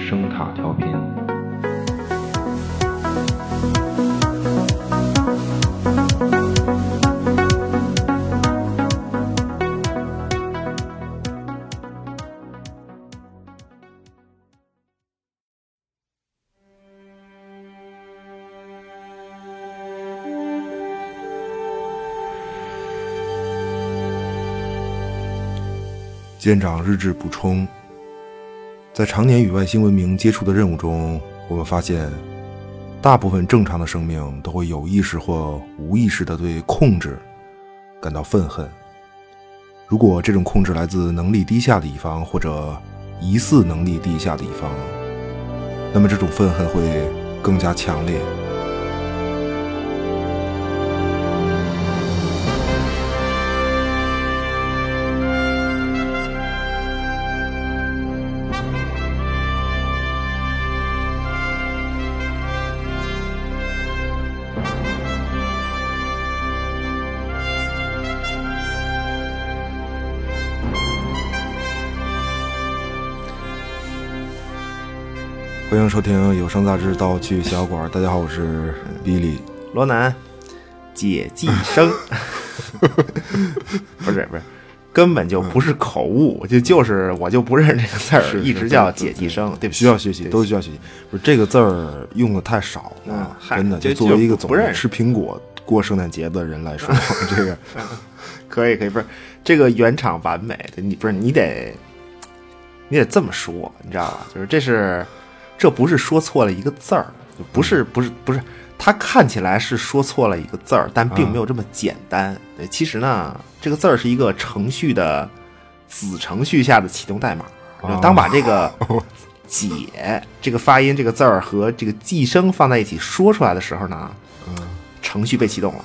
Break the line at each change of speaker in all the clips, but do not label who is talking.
声塔调频。
舰长日志补充：在常年与外星文明接触的任务中，我们发现，大部分正常的生命都会有意识或无意识地对控制感到愤恨。如果这种控制来自能力低下的一方或者疑似能力低下的一方，那么这种愤恨会更加强烈。欢迎收听有声杂志《盗趣小馆》，大家好，我是比利。
罗南，解寄 生，不是不是，根本就不是口误，就就是我就不认识这个字儿，一直叫解寄生，嗯对不起，
需要学习，
对
都需要学习。不是这个字儿用的太少
啊
了，
嗨
真的。嗯
这
就作为一个
就
总
不认
吃
识
苹果过圣诞节的人来 说，这个
可以可以，不是这个原厂完美的，你不是你得你得这么说，你知道吧？就是这是这不是说错了一个字儿，就不
嗯
是不是不是，他看起来是说错了一个字儿，但
嗯
并没有这么简单。对，其实呢，这个字儿是一个程序的子程序下的启动代码。
哦
然后当把这个 解这个发音这个字儿和这个寄生放在一起说出来的时候呢，
嗯
程序被启动了。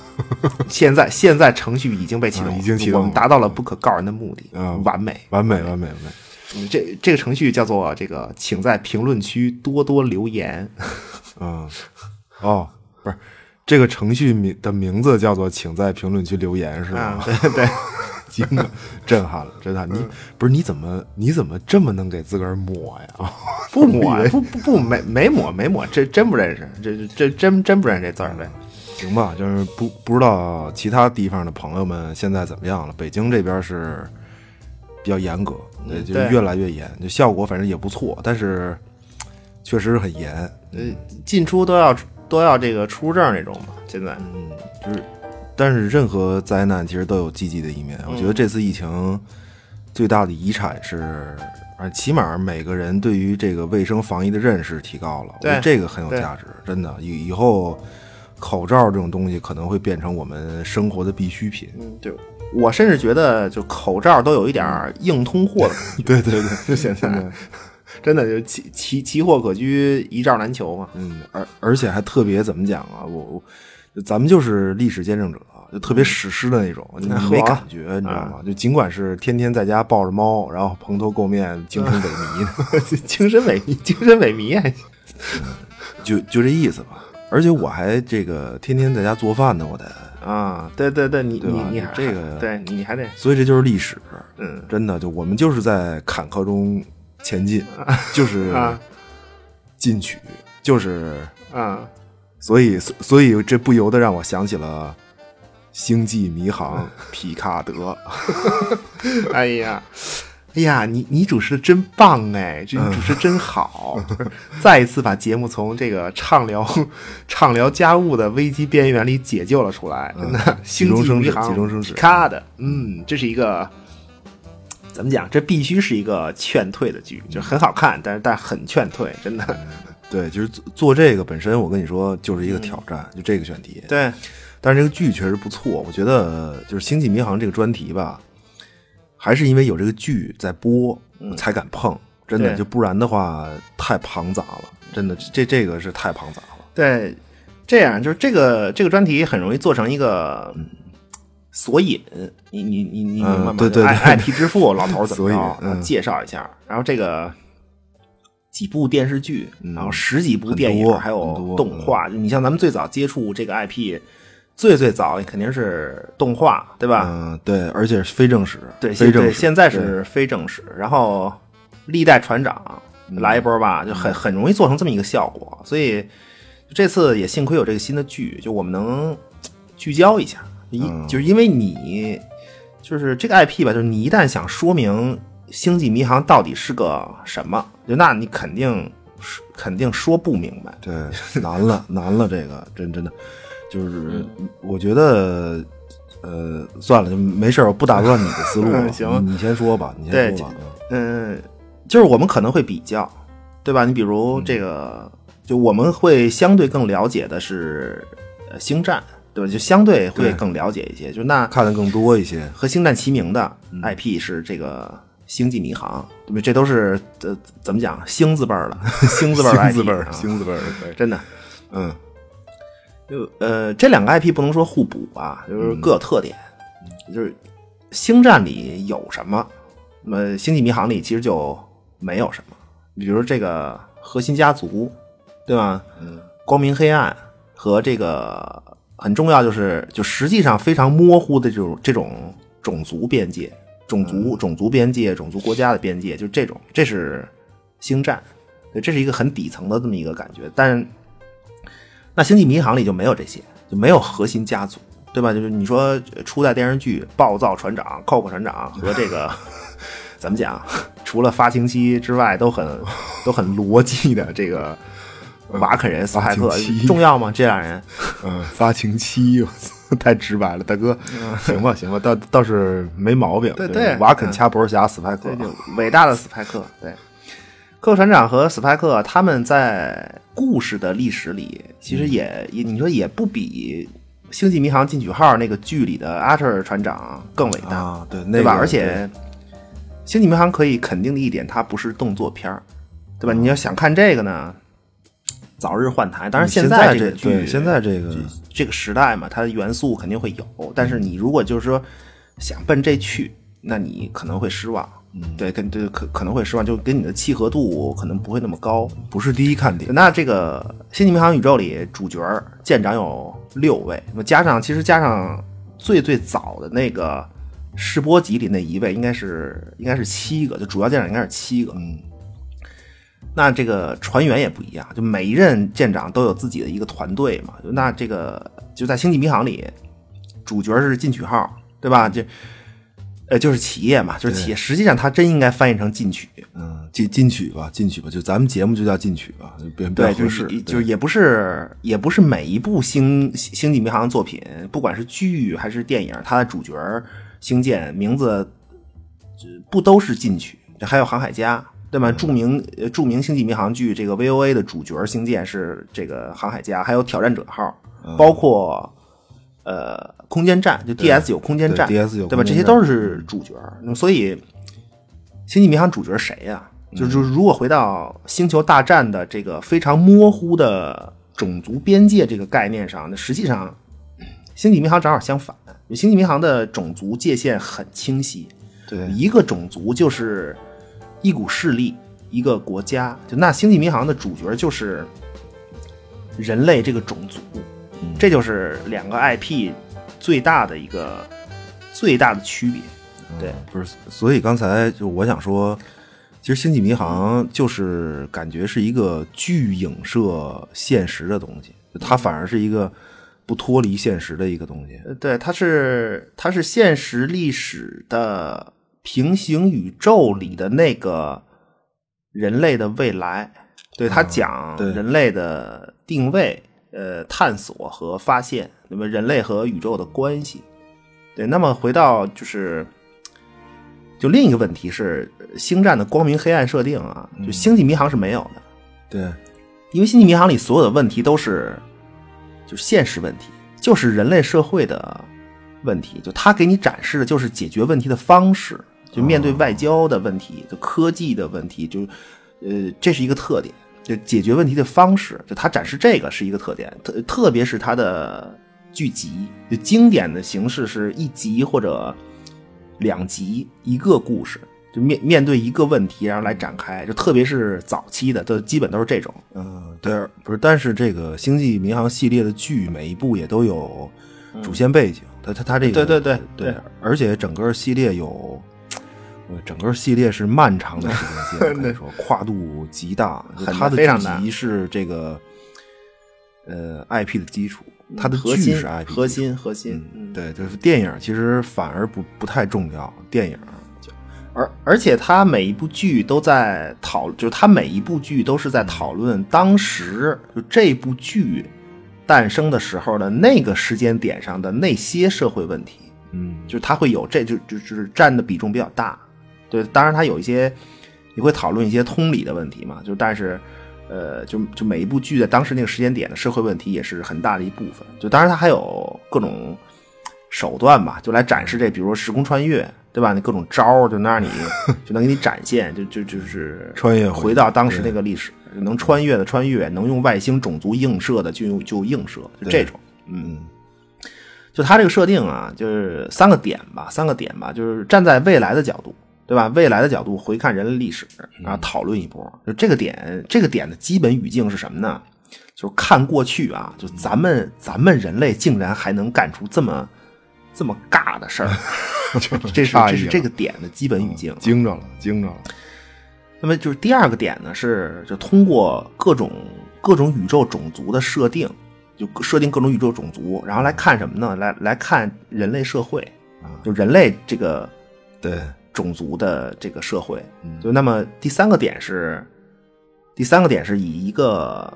现在现在程序已经被启动了，
啊已经启动了
我们达到了不可告人的目的，
啊
完美。
完美，完美，完美。
嗯这这个程序叫做这个，请在评论区多多留言。
嗯，哦，不是这个程序名的名字叫做“请在评论区留言”是
啊
吗？
对嗯对，
惊了，震撼了，震撼！你不是你怎么你怎么这么能给自个儿抹呀？
不抹不不不没没抹没抹，这真不认识，这这真真不认识这字儿呗。
行吧，就是不不知道其他地方的朋友们现在怎么样了。北京这边是比较严格，对，
嗯
就
对
越来越严，就效果反正也不错，但是确实很严，
呃，进出都要都要这个出入证那种嘛。现在
嗯，就是，但是任何灾难其实都有积极的一面。我觉得这次疫情最大的遗产是，啊，起码每个人对于这个卫生防疫的认识提高了，我觉得
对
这个很有
对
价值，真的。以以后口罩这种东西可能会变成我们生活的必需品。
嗯，对我甚至觉得，就口罩都有一点儿硬通货的感 觉。
对对对，
就现 在，真的就奇奇奇货可居，一罩难求嘛。
嗯，而而且还特别怎么讲啊？我我，咱们就是历史见证者，啊就特别史诗的那种，你
呵
嗯没啊感觉，你知道吗？就尽管是天天在家抱着猫，然后蓬头垢面、精神萎靡的，
精神萎靡，精神萎靡还行。
就就这意思吧。而且我还这个天天在家做饭呢，我得，
啊，对对对，你
对
你
吧
你还
这个
对你你还得
所以这就是历史，
嗯
真的，就我们就是在坎坷中前进，就是
啊
进取，就是
啊，
所以，所所以这不由得让我想起了《星际迷航》 皮卡 德。
哎呀。哎呀，你你主持的真棒哎，这
嗯
你主持得真好， 不是再一次把节目从这个畅聊 畅聊家务的危机边缘里解救了出来，真的。星
嗯 急中
际
生
迷
智
航，
急中生智
咔的，嗯，这是一个怎么讲？这必须是一个劝退的剧，就很好看，但是但很劝退，真的。
对，就是做做这个本身，我跟你说就是一个挑战，就这个选题。
对，
但是这个剧确实不错，我觉得就是《星际迷航》这个专题吧，还是因为有这个剧在播，我才敢碰。真的，
嗯对
就不然的话太庞杂了。真的，这这个是太庞杂了。
对，这样就是这个这个专题很容易做成一个嗯索引，你你你你
嗯
明白吗？
对对对
爱爱皮之 父老头儿怎么
索引
着，然
嗯
后介绍一下，然后这个几部电视剧，
嗯
然后十几部电
很多
影，还
很
有
多嗯
动画。你像咱们最早接触这个 IP，最最早肯定是动画，对吧？
嗯、对，而且是非正史，
啊对，
非
现
正
对，
史。
现在是非正式。然后历代船长，来一波吧，就
嗯
很很容易做成这么一个效果。所以这次也幸亏有这个新的剧，就我们能聚焦一下，一、
嗯
就是因为你就是这个 IP 吧，就是你一旦想说明《星际迷航》到底是个什么，就那你肯定是肯定说不明白。
对，难了， 难了，这个真真的，就是
嗯
我觉得，呃，算了，就没事儿，我不打乱你的思路了
行
你你先说吧，你
对
先说吧。嗯
嗯，就是我们可能会比较，对吧？你比如这个，就我们会相对更了解的是呃《星战》，对吧？就相对会
对
更了解一些。就那
看的更多一些，
和《星战》齐名的 IP 是这个《星际迷航》，对吧？这都是呃怎么讲，星字辈儿的， 星字辈 儿的 IP 啊，
字辈儿，对，
真的。
嗯，
就呃，这两个 IP 不能说互补啊，就是各有特点。就是《星战》里有什么，那么《星际迷航》里其实就没有什么。比如这个核心家族，对吧？嗯，光明黑暗和这个很重要，就是就实际上非常模糊的这种这种种族边界、种族、种族边界、种族国家的边界，就这种，这是《星战》，对，这是一个很底层的这么一个感觉，但。那《星际迷航》里就没有这些，就没有核心家族，对吧？就是你说呃初代电视剧《暴躁船长》、《Coco 船长》和这个 怎么讲？除了发情期之外，都很都很逻辑的这个瓦肯人、斯派克
发情期
重要吗？这俩人
嗯，发情期， 我操，太直白了，大哥，行吧，行吧，倒倒是没毛病，
嗯对
这
对
瓦肯、掐脖侠、死派克
对，，就 伟大的斯派克，对，克船长和斯派克他们在故事的历史里，
嗯
其实也、也你说也不比《星际迷航：进取号》那个剧里的阿特尔船长更伟大，
啊，对，那
对吧？
个
而且，《星际迷航》可以肯定的一点，它不是动作片儿，
嗯
对吧？你要想看这个呢，早日换台。当然，
你嗯现
在这
这
个剧
对，现在嗯这个
这个时代嘛，它的元素肯定会有，但是你如果就是说想奔这去，那你可能会失望。
嗯
对，跟对可可能会失望，就跟你的契合度可能不会那么高。
不是第一看点，
那这个《星际迷航》宇宙里主角儿舰长有六位，那么加上其实加上最最早的那个试播集里那一位，应该是应该是七个，就主要舰长应该是七个。
嗯，
那这个船员也不一样，就每一任舰长都有自己的一个团队嘛。就那这个就在《星际迷航》里，主角是进取号，对吧？这呃就是企业嘛，就是企业。实际上它真应该翻译成进取，
嗯，进进取吧，进取吧，就咱们节目就叫进取吧，别别
对，
合
就
适
是，
对
就是也不是也不是每一部星星星际迷航作品，不管是剧还是电影，它的主角儿星舰名字这不都是进取，这还有航海家，对
嗯
吧？著名呃著名星际迷航剧这个 VOA 的主角儿星舰是这个航海家，还有挑战者号，包括呃空间站，就 DS 有空间
嗯对
站
DS 有
对
空
吧？这
间
些
站
都是主角儿，那么所以。星际迷航主角谁呀、
嗯
就就是如果回到星球大战的这个非常模糊的种族边界这个概念上，那实际上星际迷航正好相反。星际迷航的种族界限很清晰，
对，
一个种族就是一股势力，一个国家。就那星际迷航的主角就是人类这个种族，
嗯
这就是两个 IP 最大的一个最大的区别。对，
不是，嗯所以刚才就我想说，其实《星际迷航》就是感觉是一个巨影射现实的东西，它反而是一个不脱离现实的一个东西。
呃，对，它是它是现实历史的平行宇宙里的那个人类的未来，对它讲
对
人类的定位、呃探索和发现，那么人类和宇宙的关系。对，那么回到就是，就另一个问题是，呃星战的光明黑暗设定啊，就星际迷航是没有的，
对，
因为星际迷航里所有的问题都是就是现实问题，就是人类社会的问题，就它给你展示的就是解决问题的方式，就面对外交的问题，就科技的问题，就呃这是一个特点，就解决问题的方式，就它展示这个是一个特点，特特别是它的剧集，就经典的形式是一集或者两集一个故事。就面面对一个问题，然后来展开，就特别是早期的，都基本都是这种。
嗯，对，不是，但是这个《星际迷航》系列的剧每一部也都有主线背景，它它它这个
嗯对对对啊
对
对，
而且整个系列有呃整个系列是漫长的时 间线，我跟你说，跨度极大。就
很
它的
非常大
剧集是这个呃 IP 的基础，它的
嗯核
剧
心
是 IP
核
基础
心核心，
嗯，对，就是电影其实反而不不太重要，电影
而而且他每一部剧都在讨，就是他每一部剧都是在讨论当时就这部剧诞生的时候的那个时间点上的那些社会问题，
嗯
就是他会有这就就就是占的比重比较大。对，当然他有一些你会讨论一些通理的问题嘛，就但是。呃，就就每一部剧在当时那个时间点的社会问题也是很大的一部分。就当然它还有各种手段吧，就来展示这，比如说时空穿越，对吧？那各种招儿，就能让你 就能给你展现，就就就是
穿越回
回到当时那个历史，就能穿越的穿越，能用外星种族映射的就用就映射，就这种。
嗯
就它这个设定啊，就是三个点吧，三个点吧，就是站在未来的角度，对吧？未来的角度回看人类历史，然后讨论一波。就这个点，这个点的基本语境是什么呢？就是看过去啊，就咱们咱们人类竟然还能干出这么这么尬的事儿， 就这是这是这个点嗯的基本
嗯
语境。
惊着了，惊着了，
那么就是第二个点呢，是就通过各种各种宇宙种族的设定，就设定各种宇宙种族，然后来看什么呢？来来看人类社会
啊，
就人类这个
对，
种族的这个社会。
嗯
就那么第三个点是，第三个点是以一个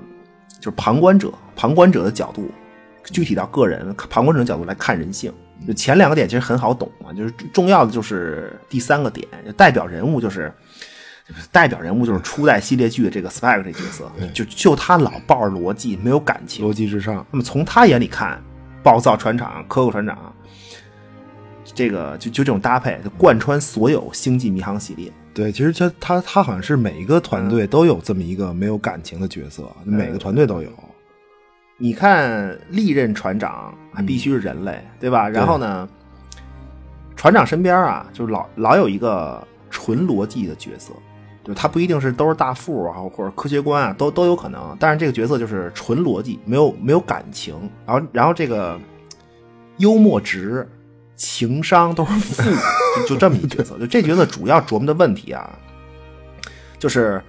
就是旁观者旁观者的角度，具体到个人旁观者的角度来看人性。就前两个点其实很好懂嘛，就是重要的就是第三个点，就代表人物就是。代表人物就是初代系列剧的这个 Spike 这角色，就就他老抱着逻辑，没有感情
逻，辑至上，
那么从他眼里看，暴躁船长、克扣船长，这个就就这种搭配，就贯穿所有《星际迷航》系列。
对，其实他他他好像是每一个团
嗯
队都有这么一个没有感情的角色，每个团队都有，
你看历任船长还必须是人类，对吧？然后呢，船长身边啊，就是老老有一个纯逻辑的角色，就是他不一定是都是大副啊，或者科学官啊，都都有可能。但是这个角色就是纯逻辑，没有没有感情，然后然后这个幽默值、情商都是负，就就这么一角色。就这角色主要琢磨的问题啊，就是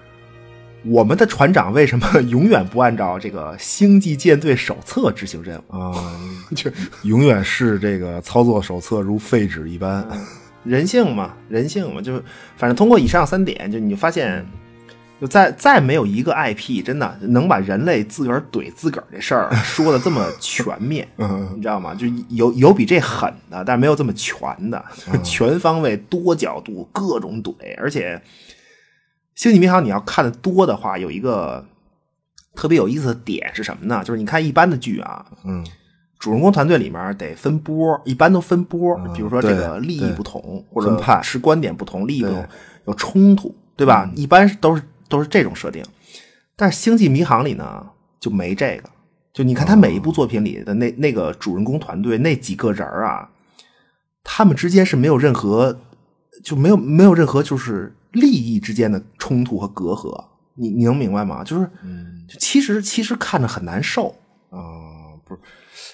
我们的船长为什么永远不按照这个《星际舰队手册》执行任务？
啊， 就永远视这个操作手册如废纸一般。
人性嘛，人性嘛，就是反正通过以上三点，就你就发现，就再再没有一个 IP 真的能把人类自个儿怼自个儿这事儿说的这么全面，
嗯，
你知道吗？就有有比这狠的，但没有这么全的， 全方位、多角度、各种怼，而且《星际迷航》你要看的多的话，有一个特别有意思的点是什么呢？就是你看一般的剧啊，
嗯，
主人公团队里面得分波，一般都分波，比如说这个
嗯对
利益
对
不同，或者
分派
持观点不同，利益不同
对嗯
有冲突，对吧？一般是都是都是这种设定，但是《星际迷航》里呢就没这个，就你看他每一
哦
部作品里的那、那个主人公团队那几个人儿啊，他们之间是没有任何就没有没有任何就是利益之间的冲突和隔阂，你你能明白吗？就是，就其实其实看着很难受，
啊、不是，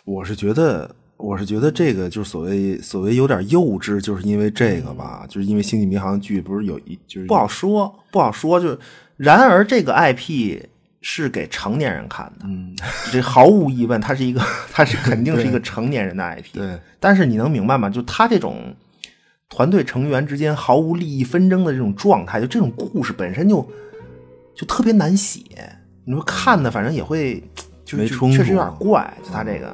我是觉得，我是觉得这个就是所谓所谓有点幼稚，就是因为这个吧，就是因为《星际迷航》剧不是有一就是
嗯不好说，不好说。就然而这个 IP 是给成年人看的，嗯，这毫无疑问，它是一个，它是肯定是一个成年人的 IP。
对，
但是你能明白吗？就他这种团队成员之间毫无利益纷争的这种状态，就这种故事本身就就特别难写。你说看的，反正也会，就
没
就
冲
确实有
突
点怪，就他这个。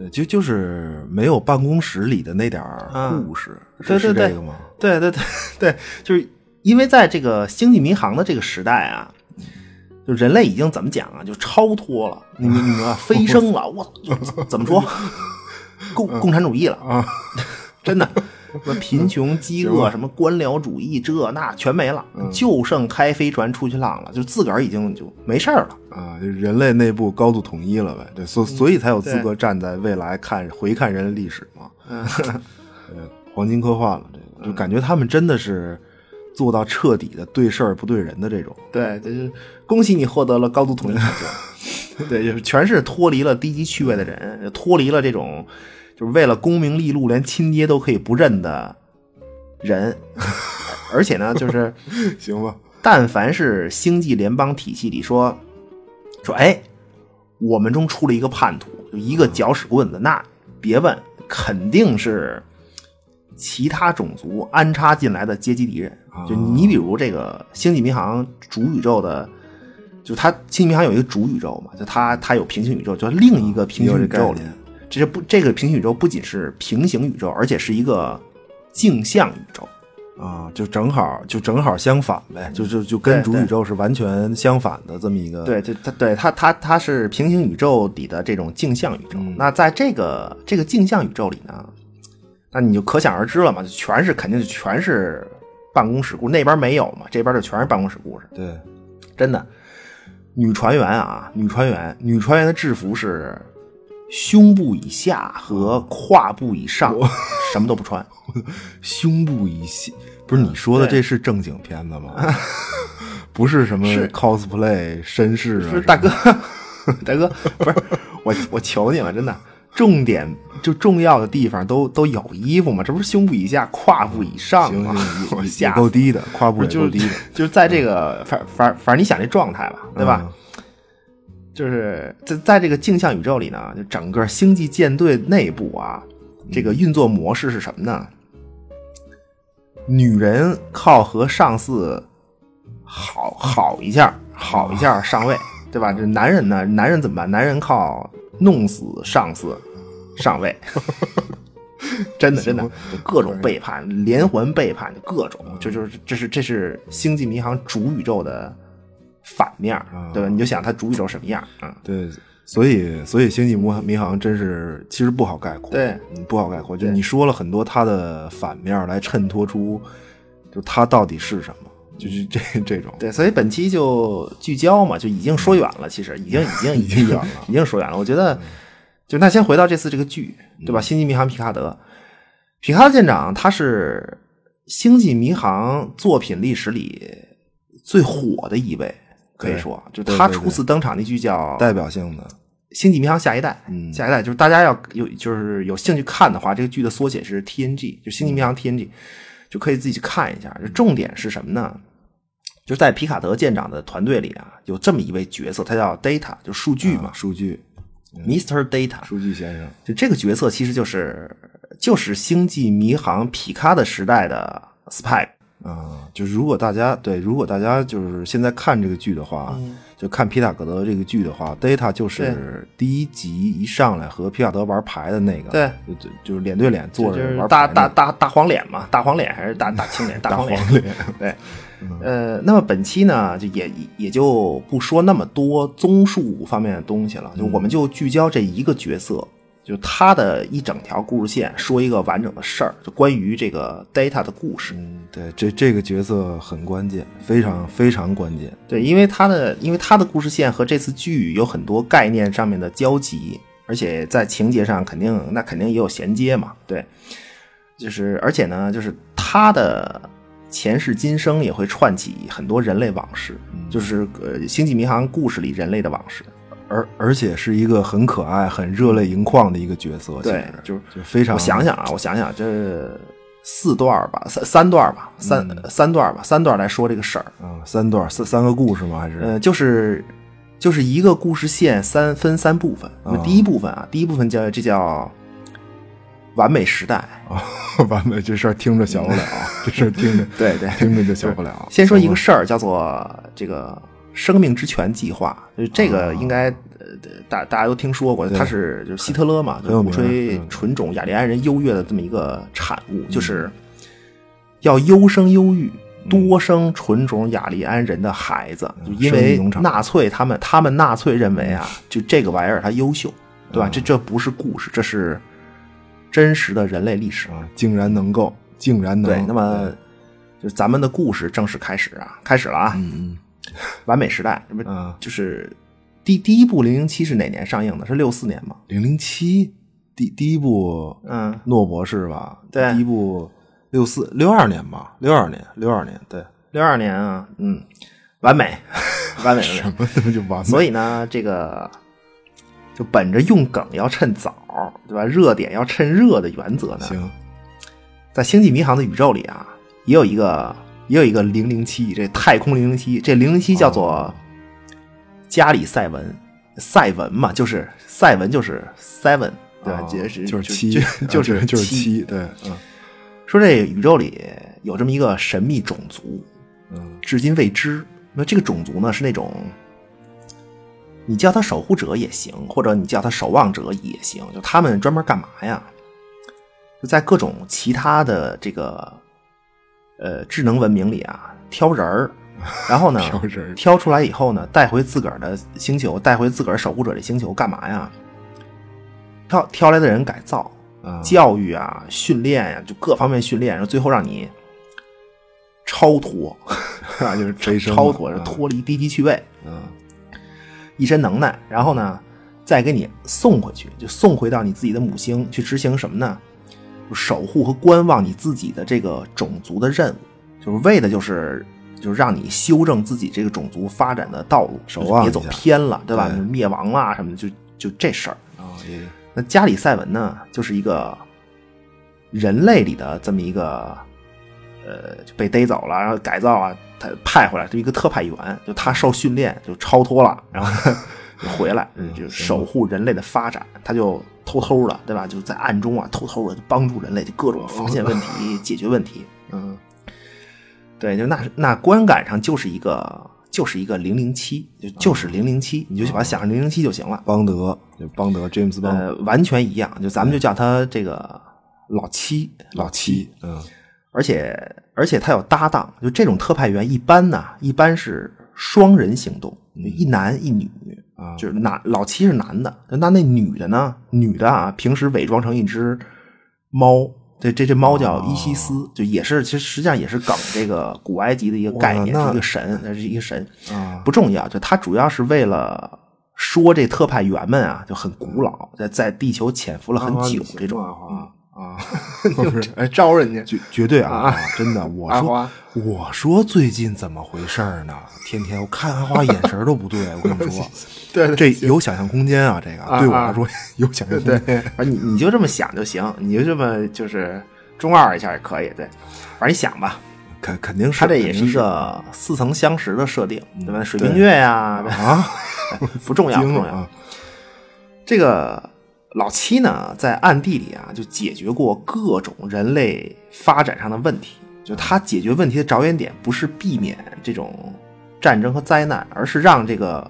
呃就就是没有办公室里的那点儿
嗯
故事，
对
是
对对
是这个吗？
对对对对，就是因为在这个星际迷航的这个时代啊，就人类已经怎么讲啊，就超脱了，你你明白，飞升了，我怎么说，共共产主义了啊， 真的。什么贫穷、饥饿、什么官僚主义，这那全没了，就剩开飞船出去浪了，就自个儿已经就没事儿了。
啊，就是人类内部高度统一了呗，对，所所以才有资
嗯对嗯
格站在未来看回看人类历史嘛。 呃，黄金科幻了，这个就感觉他们真的是做到彻底的对事儿不对人的这种。
对，就是恭喜你获得了高度统一成就。对，就是全是脱离了低级趣味的人，脱离了这种就是为了功名利禄连亲爹都可以不认的人， 而且呢，就是
行吧？
但凡是星际联邦体系里说说，哎，我们中出了一个叛徒，就一个搅屎棍子，那别问，肯定是其他种族安插进来的阶级敌人。
啊
就你比如这个星际迷航主宇宙的。就它星际迷航有一个主宇宙嘛，就它它有平行宇宙，就另一个平
有
行
这
宇
概
宙里
念，
这是不这个平行宇宙不仅是平行宇宙，而且是一个镜像宇宙。
啊，就正好就正好相反呗，就就就跟
对
主
对
宇宙是完全相反的这么一个
对，就它对它它它是平行宇宙里的这种镜像宇宙。那在这个这个镜像宇宙里呢，那你就可想而知了嘛，就全是肯定就全是办公室故事，那边没有嘛，这边就全是办公室故事，
对
真的。女船员啊，女船员，女船员的制服是胸部以下和胯部以上，什么都不 穿。
胸部一细，不是你说的
对
这是正经片子吗？不是什么
是
cosplay 绅士啊什么
不是
的，
大哥，大哥，不是我，我求你了，真的，重点就重要的地方都都有衣服嘛，这不是胸部以下、胯部以上
行
吗？
行，
啊我
也也
吓
也
死
够低的，胯部
不
也
是就
够
是
低的，
就是在这个反反反正你想这状态吧，对吧？
嗯
就是在在这个镜像宇宙里呢，就整个星际舰队内部啊，
嗯
这个运作模式是什么呢？女人靠和上司好好一下，好一下上位，对吧？这男人呢，男人怎么办？男人靠弄死上司上位， 真的真的，就各种背叛，连环背叛，就各种，就就是这是这是星际迷航主宇宙的反面儿，对吧？你就想它主宇宙什么样啊？
对，所以所以星际迷迷航真是其实不好概括，
对
嗯，不好概括。就你说了很多它的反面来衬托出，就它到底是什么，就是这 这种。
对，所以本期就聚焦嘛，就已经说远了，其实已经已经已经
远 了，
已经说远了。我觉得，就那先回到这次这个剧，对
嗯
吧？星际迷航皮卡德，皮卡德舰长他是星际迷航作品历史里最火的一位，可以
对
说，就
对
他
对对
初次登场那句叫
代表性的，啊
《星际迷航：下一代》，
嗯
下一代就是大家要有就是有兴趣看的话，这个剧的缩写是 TNG，就《星际
嗯
迷航》TNG，、就可以自己去看一下。就重点是什么呢？就是在皮卡德舰长的团队里啊，有这么一位角色，他叫 Data，就数据嘛、
啊嗯数据，
m r Data。
数据先生，
就这个角色其实就是就是《星际迷航》皮卡的时代的 Spike。
啊，就如果大家对，如果大家就是现在看这个剧的话，
嗯
就看皮塔格德这个剧的话，Data 就是第一集一上来和皮塔德玩牌的那个，
对
就，就就是脸对脸坐
就
着
是
玩
大
牌
大
那个
大大黄脸嘛，大黄脸还是大大青脸？ 大黄脸，对。呃，那么本期呢，就也也就不说那么多综述方面的东西了，就我们
嗯
就聚焦这一个角色，就他的一整条故事线，说一个完整的事儿，就关于这个 Data 的故事。
嗯，对，这这个角色很关键，非常非常关键。
对，因为他的因为他的故事线和这次剧有很多概念上面的交集，而且在情节上肯定那肯定也有衔接嘛。对，就是而且呢，就是他的前世今生也会串起很多人类往事，
嗯
就是呃《星际迷航》故事里人类的往事。
而而且是一个很可爱、很热泪盈眶的一个角色，其
对
实
就是
就非常。
我想想啊，我想想，这四段儿吧，三三段儿吧，三、
嗯
三段儿吧，三段儿来说这个事儿。
啊，三段三三个故事吗？还是、
呃，就是就是一个故事线三分三部分。那
啊
第一部分啊，第一部分叫这叫完美时代。
完美这事儿听着小不了，啊这事儿听着
嗯 对对
听着就小不了。啊
先说一个事儿，叫做这个生命之泉计划。就是这
啊
个应该呃大大家都听说过，它是就是希特勒嘛，
很有
就鼓
名
吹
嗯
纯种雅利安人优越的这么一个产物，
嗯
就是要优生优育。多生纯种雅利安人的孩子，就因
嗯生育
为
农场嗯
纳粹他们，他们纳粹认为啊，就这个玩意儿它优秀，对吧？这这不是故事，这是真实的人类历史。
啊，竟然能够，竟然能。
对，那么就咱们的故事正式开始啊，开始了啊，
嗯，
完美时代，
嗯啊，
就是第第一部《零零七》是哪年上映的？是六四年吗？
零零七第第一部，
嗯
诺博士吧，
对
第一部六四六二年吧，六二年，六二年， 对，
六二年啊，嗯，完美，完美，完
什
美。
么他妈就完美，
所以呢，这个就本着用梗要趁早，对吧？热点要趁热的原则呢，
行，
在《星际迷航》的宇宙里啊，也有一个也有一个零零七，这太空零零七，这零零七叫做加里塞文，塞文嘛，就是塞文就是 seven，对吧？
啊
也是
就是
七，
七，
哦就
啊
是
就是
七。
七，对，嗯
说这宇宙里有这么一个神秘种族，
嗯
至今未知。那这个种族呢，是那种你叫他守护者也行，或者你叫他守望者也行。就他们专门干嘛呀？就在各种其他的这个呃智能文明里啊，挑 人儿，然后呢
挑人儿
挑出来以后呢，带回自个儿的星球，带回自个儿守护者的星球干嘛呀？挑挑来的人改造，
啊，
教育啊、训练呀、就各方面训练，然后最后让你超脱， 啊，就是
飞升
超
嘛
脱，
啊
脱离低级趣味，
嗯
一身能耐，然后呢，再给你送回去，就送回到你自己的母星去执行什么呢？守护和观望你自己的这个种族的任务，就是为的就是。就是让你修正自己这个种族发展的道路，
守望
别
一
走
下
偏了，对吧？
对
灭亡啦什么的，就就这事儿。
啊也
那加里塞文呢，就是一个人类里的这么一个，呃，就被逮走了，然后改造啊，他派回来，就一个特派员，就他受训练，就超脱了，然后 就回来，
嗯
就
行
守护人类的发展，他就偷偷的，对吧？就在暗中啊，偷偷的帮助人类，就各种发现问题、
哦
解决问题。
嗯
对，就那那观感上就是一个。就是一个零零七，就就是
哦
零零七，你就把它想成零零七就行了。
邦德，就邦德詹姆斯邦德
呃，完全一样，就咱
嗯
们就叫他这个老七，
老七，，嗯
而且而且他有搭档，就这种特派员一般呢，一般是双人行动，就一男一女，
啊
就是男老七是男的，那那女的呢，女的啊，平时伪装成一只猫。这这这猫叫伊西斯，就也是其实实际上也是梗这个古埃及的一个概念，
哦哇那
是一个神，那是一个神。
啊
不重要，就他主要是为了说这特派员们啊，就很古老，在在地球潜伏了很久这种。
啊 啊，
不是，哎，招人家
绝绝对啊，真的，我
阿
说
花
我说最近怎么回事儿呢？天天我看阿花眼神儿都不对，我跟你说，
对
这有想象空间啊，这个
啊
对我来 说有想象空间。
对，啊反正你你就这么想就行，你就这么就是中二一下也可以，对，反正你想吧，
肯肯定是，
他这也
肯
是
定
一
是
个似曾相识的设定，对吧？水冰
对
月呀、对吧
啊，
不重要，不
惊
重
了
要
啊。
这个老七呢，在暗地里啊，就解决过各种人类发展上的问题。就他解决问题的着眼点，不是避免这种战争和灾难，而是让这个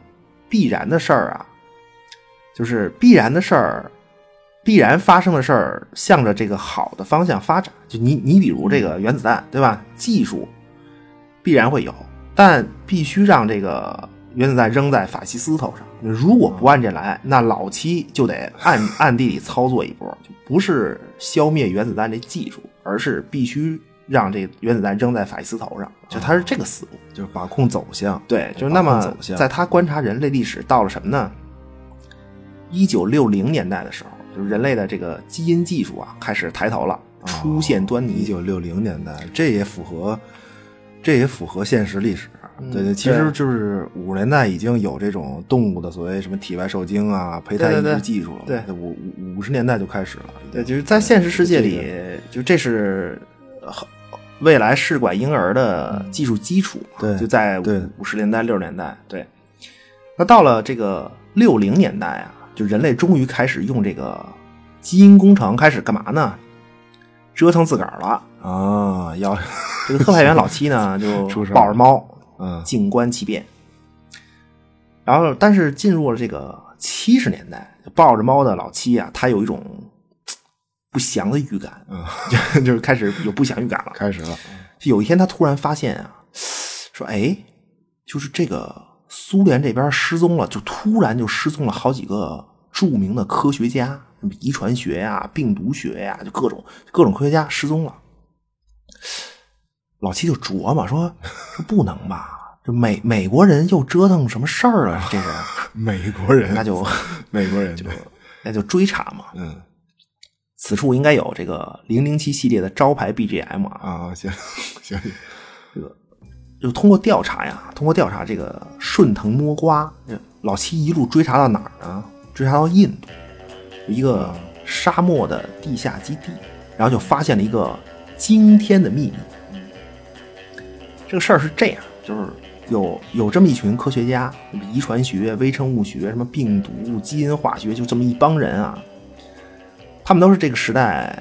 必然的事儿啊，就是必然的事儿，啊必然发生的事儿，向着这个好的方向发展。就你你比如这个原子弹，对吧？技术必然会有，但必须让这个原子弹扔在法西斯头上。如果不按这来，那老七就得暗 暗地里操作一波，就不是消灭原子弹这技术，而是必须让这原子弹扔在法西斯头上。就他是这个思路。
就是把控走向，
对，就是
把
那
控
么
走向
在他观察人类历史到了什么呢？一九六零年代的时候，就是人类的这个基因技术啊开始抬头了，
哦
出现端倪。
一九六零年代，这也符合，这也符合现实历史。对对，其实
嗯对
就是五十年代已经有这种动物的所谓什么体外受精啊、胚胎
对
移
对对
植技术了。
对
五五五十年代就开始了。
对，就是在现实世界里，就这是呃未来试管婴儿的技术基础嘛，
对
就在
对
五十年代、六十年代，对。那到了这个六零年代啊，就人类终于开始用这个基因工程开始干嘛呢？折腾自个儿了。
啊，要
这个特派员老七呢，就
出事儿了
抱着猫，
嗯
静观其变。然后，但是进入了这个七十年代，抱着猫的老七啊，他有一种嘖不祥的预感，
嗯，
就就是开始有不祥预感了。
开始了。
就有一天，他突然发现啊，说：“哎，就是这个苏联这边失踪了，就突然就失踪了好几个著名的科学家，什么遗传学呀、病毒学呀，就各种各种科学家失踪了。”老七就琢磨说：“说不能吧，这美美国人又折腾什么事儿了？这是，
美国人，
那就
美国人，对，
那就追查嘛。
嗯
此处应该有这个零零七系列的招牌 BGM 啊，
啊，行 行，行
就通过调查呀，通过调查这个顺藤摸瓜，这老七一路追查到哪儿呢？追查到印度，一个沙漠的地下基地，然后就发现了一个惊天的秘密。这个事儿是这样，就是有有这么一群科学家，遗传学、微生物学、什么病毒、基因化学，就这么一帮人啊，他们都是这个时代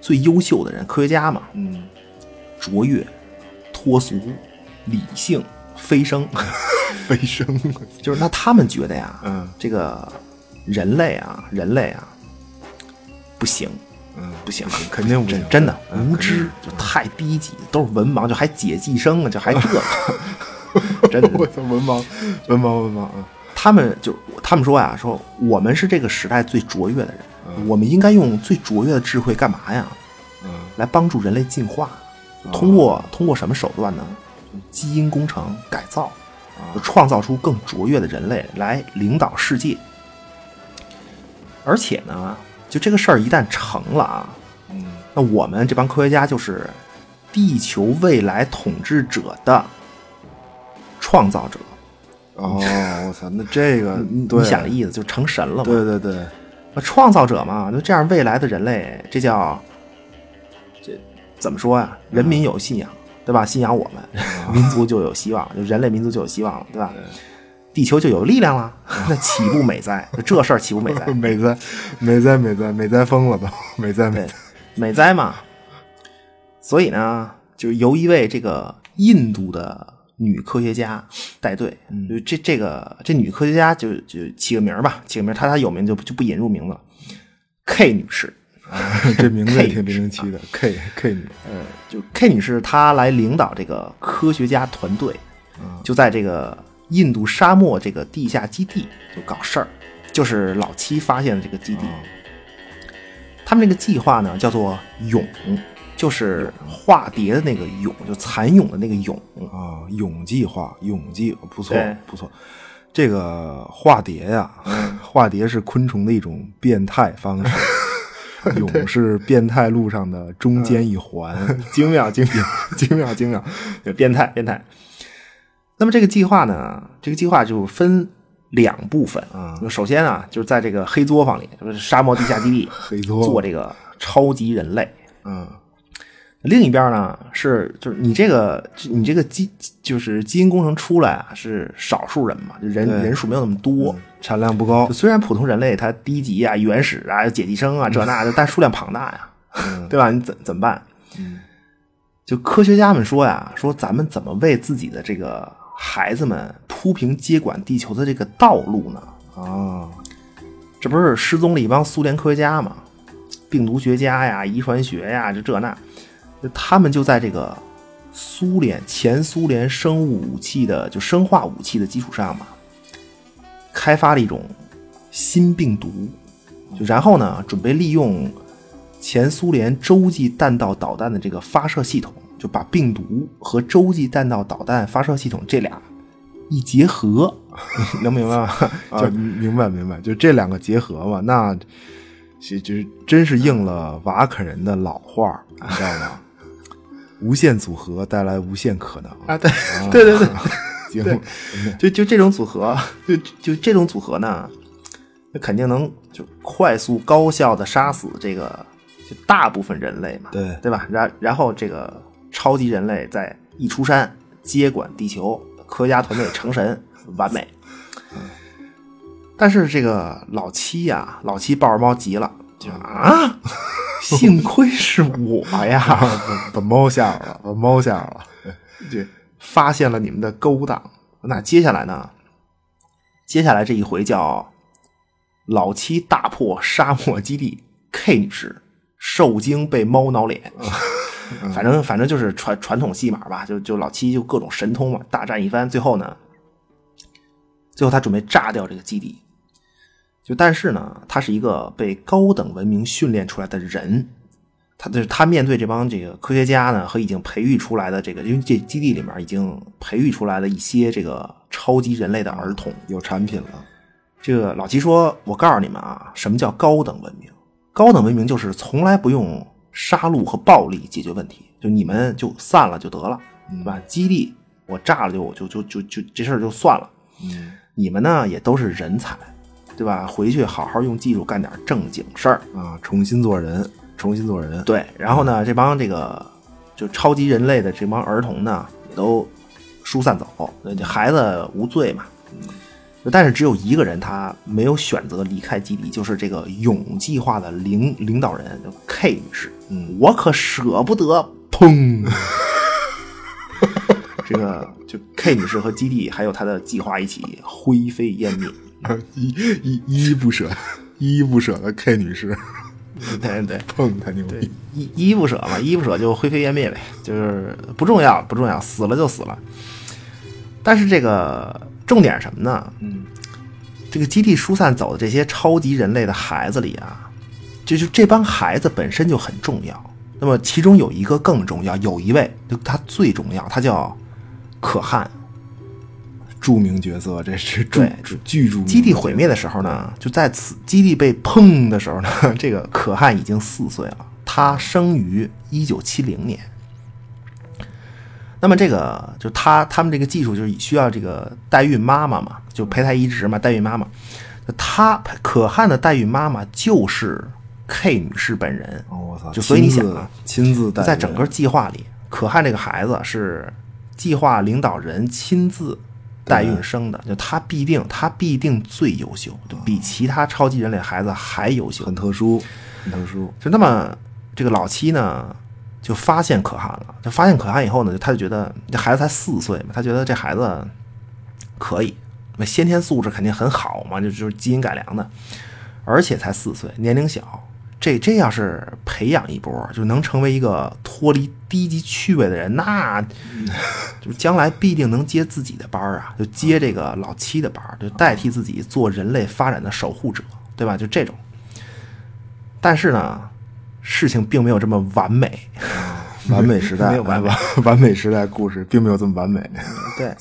最优秀的人，科学家嘛，
嗯，
卓越、脱俗、理性、飞升，
飞升，
就是那他们觉得呀，
嗯
这个人类啊，人类啊，不行，
嗯，
不行，
肯定不行
真真的
嗯
无知就太低级，都是文盲，就还解寄生啊，就还这 个，真的，
我操，文盲，文盲，文盲啊！
他们就他们说呀，说我们是这个时代最卓越的人，我们应该用最卓越的智慧干嘛呀？
嗯
来帮助人类进化，通过通过什么手段呢？基因工程改造，就创造出更卓越的人类来领导世界。而且呢，就这个事儿一旦成了啊，
嗯
那我们这帮科学家就是地球未来统治者的创造者。
哦，我操，那这个
你
对
你想的意思就成神了嘛？
对对对，
那呃创造者嘛，就这样，未来的人类，这叫这怎么说呀、啊人民有信仰，对吧？信仰我们，民族就有希望，就人类民族就有希望了，对吧？地球就有力量了，那岂不美哉？就这事儿岂不美哉？
美哉美哉美哉美哉疯了都， 美哉美
对
哉，，
美哉嘛。所以呢，就是由一位这个印度的女科学家带队，就这这个这女科学家就就起个名儿吧，起个名儿，她她有名就不就不引入名字了，K 女士。
这名字也
K
挺零零七的，K K 女，
呃，就 K 女士她来领导这个科学家团队，
嗯
就在这个印度沙漠这个地下基地就搞事儿，就是老七发现的这个基地。
嗯
他们这个计划呢叫做“蛹”，就是化蝶的那个蛹，就蚕蛹的那个蛹。
啊，勇计划，勇计不错
对
不错。这个化蝶呀、
嗯
化蝶是昆虫的一种变态方 式，蛹是变态路上的中间一环，
精妙，精妙，
精妙精妙。
变态，变态。那么这个计划呢，这个计划就分两部分
嗯
就首先啊，就是在这个黑作坊里，就是沙漠地下基地
黑作坊
做这个超级人类。
嗯
另一边呢是就是你这个你这个基就是基因工程出来啊是少数人嘛，就人
对嗯
人数没有那么多。
产量不高
就，虽然普通人类他低级啊、原始啊、解体生啊这那的，但数量庞大呀，对吧？你怎怎么办？就科学家们说呀，说咱们怎么为自己的这个孩子们铺平接管地球的这个道路呢？
啊，
这不是失踪了一帮苏联科学家吗？病毒学家呀、遗传学呀，这这那，就他们就在这个苏联前苏联生物武器的就生化武器的基础上嘛，开发了一种新病毒，就然后呢，准备利用前苏联洲际弹道导弹的这个发射系统，就把病毒和洲际弹道导弹发射系统这俩一结合， 能明白吗？
就明白明白，就这两个结合嘛，那是就是真是应了瓦肯人的老话儿，你知道 吗？无限组合带来无限可能
啊，对对对对，
节目
就就这种组合，就就这种组合呢，那肯定能就快速高效的杀死这个就大部分人类嘛，
对
对吧？然然后这个超级人类再一出山接管地球，科学家团队成神完美。但是这个老七呀、老七抱着猫急了，就啊，幸亏是我呀，
把把猫吓着了，把猫吓着了。
对，发现了你们的勾当。那接下来呢？接下来这一回叫老七大破沙漠基地，K 女士受惊被猫挠脸。反正反正就是传传统戏码吧，就就老七就各种神通嘛，大战一番。最后呢，最后他准备炸掉这个基地。就但是呢，他是一个被高等文明训练出来的人，他就是他面对这帮这个科学家呢和已经培育出来的这个，因为这基地里面已经培育出来了一些这个超级人类的儿童。
有产品了，
这个老齐说：“我告诉你们啊，什么叫高等文明？高等文明就是从来不用杀戮和暴力解决问题，就你们就散了就得了，对吧？基地我炸了就就就就就这事儿就算了。
嗯
你们呢也都是人才，对吧？回去好好用技术干点正经事儿。
啊，重新做人，重新做人。
对，然后呢，这帮这个就超级人类的这帮儿童呢，也都疏散走。呃孩子无罪嘛，但是只有一个人他没有选择离开基地，就是这个勇计划的领领导人就 K 女士。嗯，我可舍不得，砰！ 这个就 K 女士和基地还有她的计划一起灰飞烟灭。
依依依依不舍，依依不舍的 K 女士
对对对。
碰他牛逼，
依依不舍嘛，依不舍就灰飞烟灭呗，就是不重要，不重要，死了就死了。但是这个重点是什么呢？嗯，这个基地疏散走的这些超级人类的孩子里啊，就就这帮孩子本身就很重要。那么其中有一个更重要，有一位就他最重要，他叫可汗。
著名角色，这是著
对
巨著名
基地毁灭的时候呢，就在此基地被砰的时候呢， 这个可汗已经四岁了，他生于一九七零年。那么这个就他他们这个技术就是需要这个代孕妈妈嘛，就胚胎移植嘛，代孕妈妈。他可汗的代孕妈妈就是 K 女士本人，
哦，我操！
就所以你想啊
亲自亲自带
在
人
整个计划里，可汗这个孩子是计划领导人亲自代孕生的，就他必定他必定最优秀，就比其他超级人类孩子还优秀
很。特殊，很特殊，
就那么这个老七呢，就发现可汗了，就发现可汗以后呢，就他就觉得这孩子才四岁嘛，他觉得这孩子可以，那先天素质肯定很好嘛，就就是基因改良的，而且才四岁，年龄小，这这要是培养一波，就能成为一个脱离低级趣味的人，那
嗯
就是将来必定能接自己的班儿啊，就接这个老七的班儿，就代替自己做人类发展的守护者，对吧？就这种。但是呢，事情并没有这么完美。
完美时代，
没有完美
完完美时代故事并没有这么完 美，
对，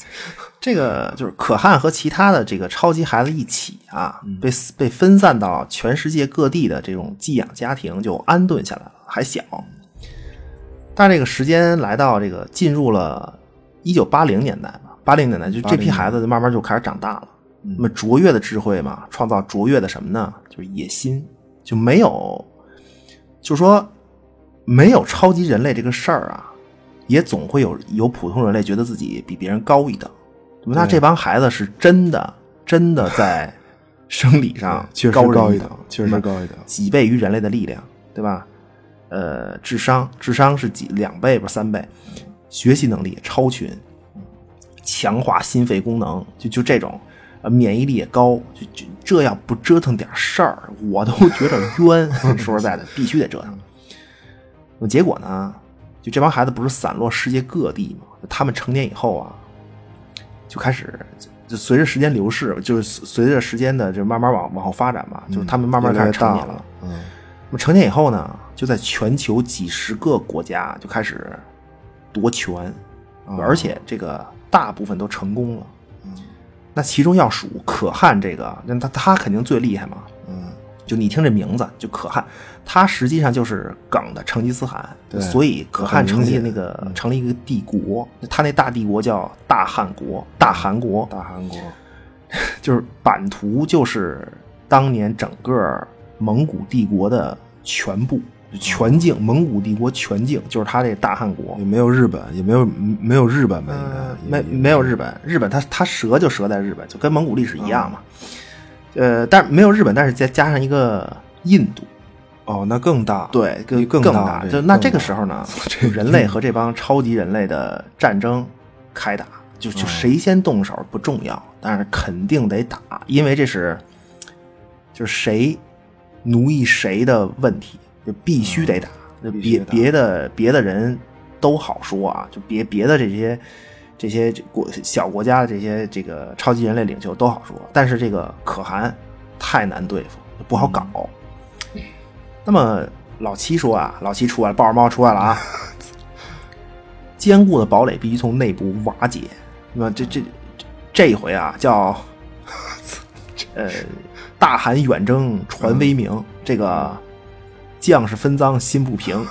这个就是可汗和其他的这个超级孩子一起啊，被被分散到全世界各地的这种寄养家庭就安顿下来了，还小。但这个时间来到这个进入了一九八零年代吧，八零年代嗯就这批孩子就慢慢就开始长大了。那么卓越的智慧嘛，创造卓越的什么呢？就是野心，就没有，就说没有超级人类这个事儿啊，也总会有有普通人类觉得自己比别人高一等。那这帮孩子是真的真的在 生理上
确实
高人
高一
一
等，嗯确实高一等。
几倍于人类的力量，对吧？呃，智商智商是几两倍不是三倍，学习能力超群，强化心肺功能，就就这种，呃，免疫力也高，就就这要不折腾点事儿，我都觉得冤。 说实在的，必须得折腾。那么结果呢，就这帮孩子不是散落世界各地嘛？他们成年以后啊，就开始就就随着时间流逝，就是随着时间的就慢慢往往后发展吧，就是他们慢
嗯
慢
越来
开
越
始成
大
年了
了。，嗯，
那么成年以后呢，就在全球几十个国家就开始夺权，
哦
而且这个大部分都成功了。
嗯
那其中要数可汗这个，那他他肯定最厉害嘛。
嗯，
就你听这名字，就可汗，他实际上就是梗的成吉思汗，
对
所以可汗
很
成
明
立
显嗯
那个成立一个帝国，他那大帝国叫大汗国、大韩国，
大韩国，
就是版图就是当年整个蒙古帝国的全部全境，蒙古帝国全境就是他这大汗国
也。没有日本，也没有没有日本吧？应该
呃，
也
没
也
没有日本，日本它它折就折在日本，就跟蒙古历史一样嘛。呃，但是没有日本，但是再加上一个印度，
哦，那更 大，
对，更
更
更
大这
就那
更
这个
大
时候呢，就 人类和这帮超级人类的战争开打，就就谁先动手不重要，但是肯定得打，因为这是就是谁奴役谁的问题，就必须得打。就
必须
别
得打
别的别的人都好说啊，就别别的这些这些这国小国家的这些这个超级人类领袖都好说，但是这个可汗太难对付，不
嗯
好搞。那么老七说啊，老七出来了，抱着猫出来 了啊。坚固的堡垒必须从内部瓦解。那么这这这这一回啊，叫呃大韩远征传威
嗯
名，这个将士分赃心不平。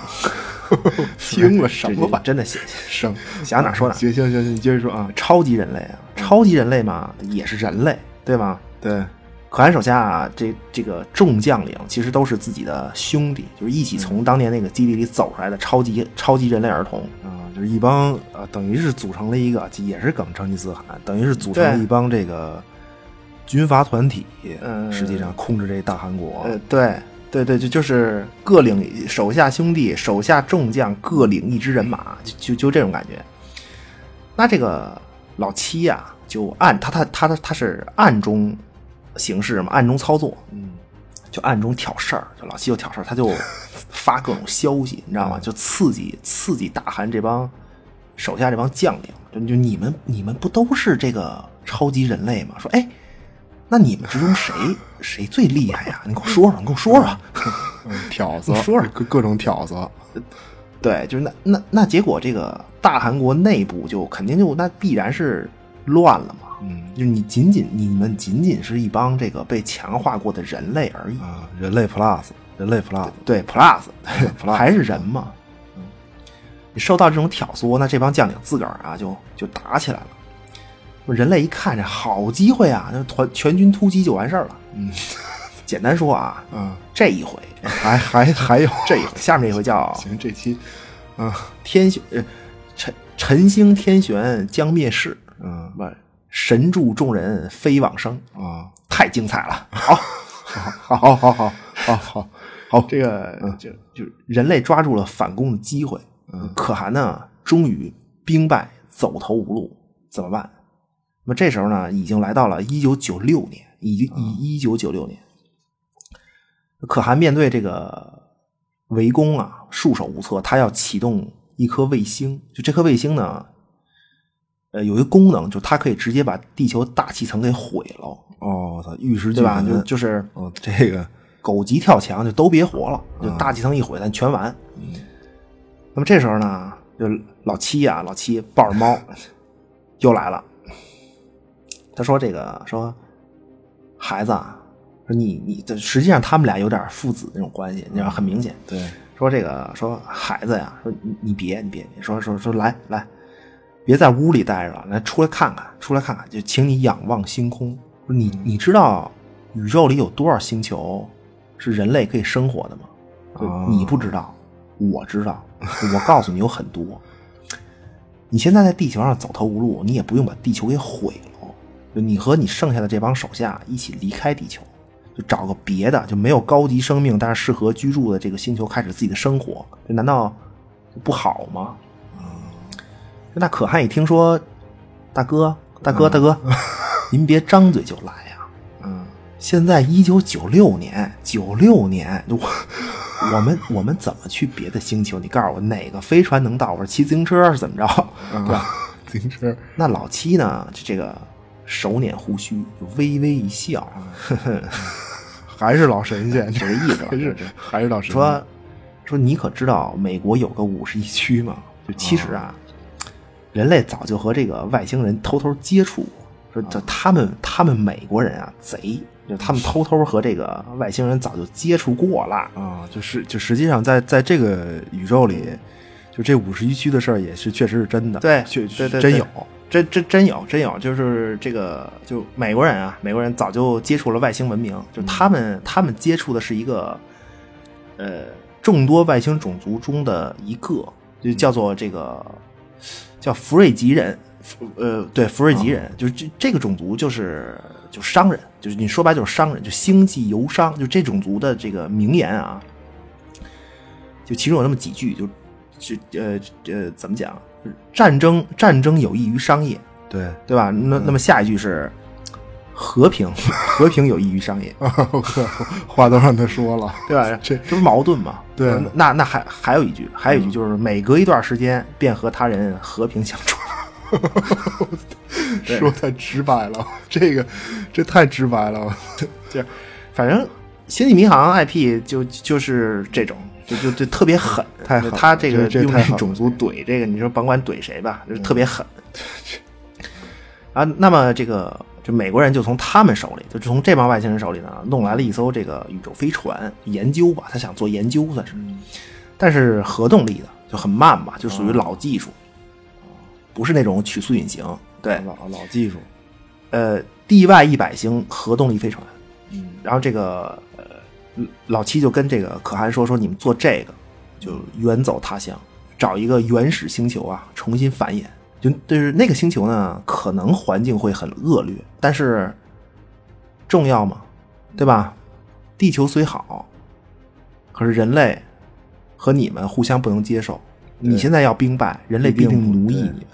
听了什么
这
吧
这？真的想
什么
想哪说哪。
行行行行，你接着说啊。
超级人类啊，超级人类嘛，也是人类，对吗？
对，
可汗手下、这这个众将领其实都是自己的兄弟，就是一起
嗯
从当年那个基地里走出来的超级超级人类儿童
嗯
啊、就是一帮呃，等于是组成了一个，也是梗成吉思汗，等于是组成了
对
一帮这个
军阀团体，
嗯
实际上控制这大汗国。
呃，对对对，就就是各领手下兄弟、手下众将各领一支人马，就就就这种感觉。那这个老七呀、就暗他他他他他是暗中行事嘛，暗中操作，
嗯，
就暗中挑事儿，就老七就挑事儿，他就发各种消息，你知道吗？就刺激刺激大汗这帮手下这帮将领，就就你们你们不都是这个超级人类吗？说哎，那你们之中谁谁最厉害呀？你给我说说，你给我说说。
嗯挑唆，
你说说
各各种挑唆，
对，就是那那那结果，这个大韩国内部就肯定就那必然是乱了嘛。
嗯
就是你仅仅你们仅仅是一帮这个被强化过的人类而已，
啊，人类 plus，人类 plus，
对，plus
plus
还是人嘛。嗯你受到这种挑唆，那这帮将领自个儿啊就就打起来了。人类一看这好机会啊，就团全军突击就完事儿了。嗯，简单说啊，
嗯，
这一回
还还还 有
这一回下面这一回叫
行，这期
天旋，呃，晨晨星天旋将灭世，
嗯
不，神助众人飞往生，
啊，
太精彩了。好，
好好好好好好好，
这
嗯
个就就人类抓住了反攻的机会。
嗯
可汗呢，终于兵败走投无路，怎么办？那么这时候呢，已经来到了一九九六年，已已一九九六年，可汗面对这个围攻啊，束手无策，他要启动一颗卫星，就这颗卫星呢。呃，有一个功能，就它可以直接把地球大气层给毁了，
哦，操，玉石
对
俱
吧？就
焚，
就是
哦，这个
狗急跳墙，就都别活了，就大气层一毁，咱全完。那么这时候呢，就老七啊，老七抱着猫 又来了。他说：“这个说孩子啊，说你你，这实际上他们俩有点父子那种关系，你知道，很明显。
对，
说这个说孩子呀，说你你别你别，说说说来来，别在屋里待着了，来出来看看，出来看看，就请你仰望星空。说你你知道宇宙里有多少星球是人类可以生活的吗？
哦
你不知道，我知道，我告诉你有很多。你现在在地球上走投无路，你也不用把地球给毁了，就你和你剩下的这帮手下一起离开地球，就找个别的，就没有高级生命但是适合居住的这个星球开始自己的生活，这难道不好吗？那可汗一听说，大哥，大哥，大哥，您别张嘴就来呀、
嗯
现在一九九六年，九六年，我我们我们怎么去别的星球？你告诉我哪个飞船能到？我说骑自行车是怎么着？对吧？
啊，自 行车，
那老七呢？这这个手捻胡须，就微微一笑，呵呵
还是老神仙，
有这意思吧
还是还是老神仙，
说
嗯
说你可知道美国有个五十一区吗？就其实啊，人类早就和这个外星人偷偷接触过。说这他们他们美国人啊贼，就他们偷偷和这个外星人早就接触过了。
啊，就是就实际上在在这个宇宙里，就这五十一区的事儿也是确实是真的，
对
确
对对
真
对
有，
真真真有真有，就是这个就美国人啊，美国人早就接触了外星文明，就他们、他们接触的是一个呃众多外星种族中的一个，就叫做这个叫福瑞吉人，福呃对福瑞吉人，就是这这个种族就是就商人，就是你说白就是商人，就星际游商，就这种族的这个名言啊，就其中有那么几句，就就呃呃怎么讲？战争战争有益于商业，
对，
对吧？
嗯
那那么下一句是和平， 和平有益于商业，
我靠 话都让他说 了，
对吧？
哦这
这不矛盾吗？
对嗯
呃那那还还有一句，还有一句就是每隔一段时间便和他人和平相处。对
说太直白了， 这个这太直白了，
反正《星际迷航》IP 就就是这种，就就就特别狠，
太狠了
他这个
这这
用
太狠了
种族怼这个，你说甭管怼谁吧，就是特别狠。啊，那么这个就美国人就从他们手里，就从这帮外星人手里呢，弄来了一艘这个宇宙飞船研究吧，他想做研究算是，但是核动力的就很慢嘛，就属于老技术，不是那种曲速引擎，对，
老老技术，
呃，地外一百型核动力飞船，
嗯
然后这个呃老七就跟这个可汗说说你们做这个就远走他乡，找一个原始星球啊重新繁衍。就就是那个星球呢，可能环境会很恶劣，但是重要吗？对吧？地球虽好，可是人类和你们互相不能接受。你现在要兵败，人类必定奴役你们，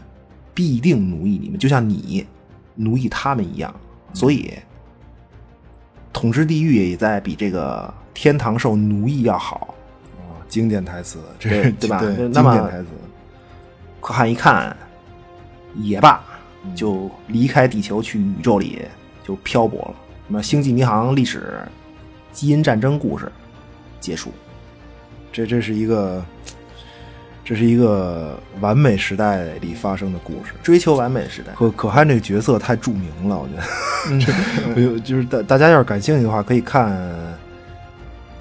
必定奴役你们，就像你奴役他们一样。所以，统治地狱也在比这个天堂受奴役要好。
啊，经典台词，这
对
是
对吧
对
那
经
那么
典台词，
可汗一看，也罢，就离开地球去宇宙里就漂泊了。那么《星际迷航》历史、基因战争故事结束。
这这是一个，这是一个完美时代里发生的故事。
追求完美时代，
可可汗这个角色太著名了，我觉 得，这 我就就是大大家要是感兴趣的话，可以看《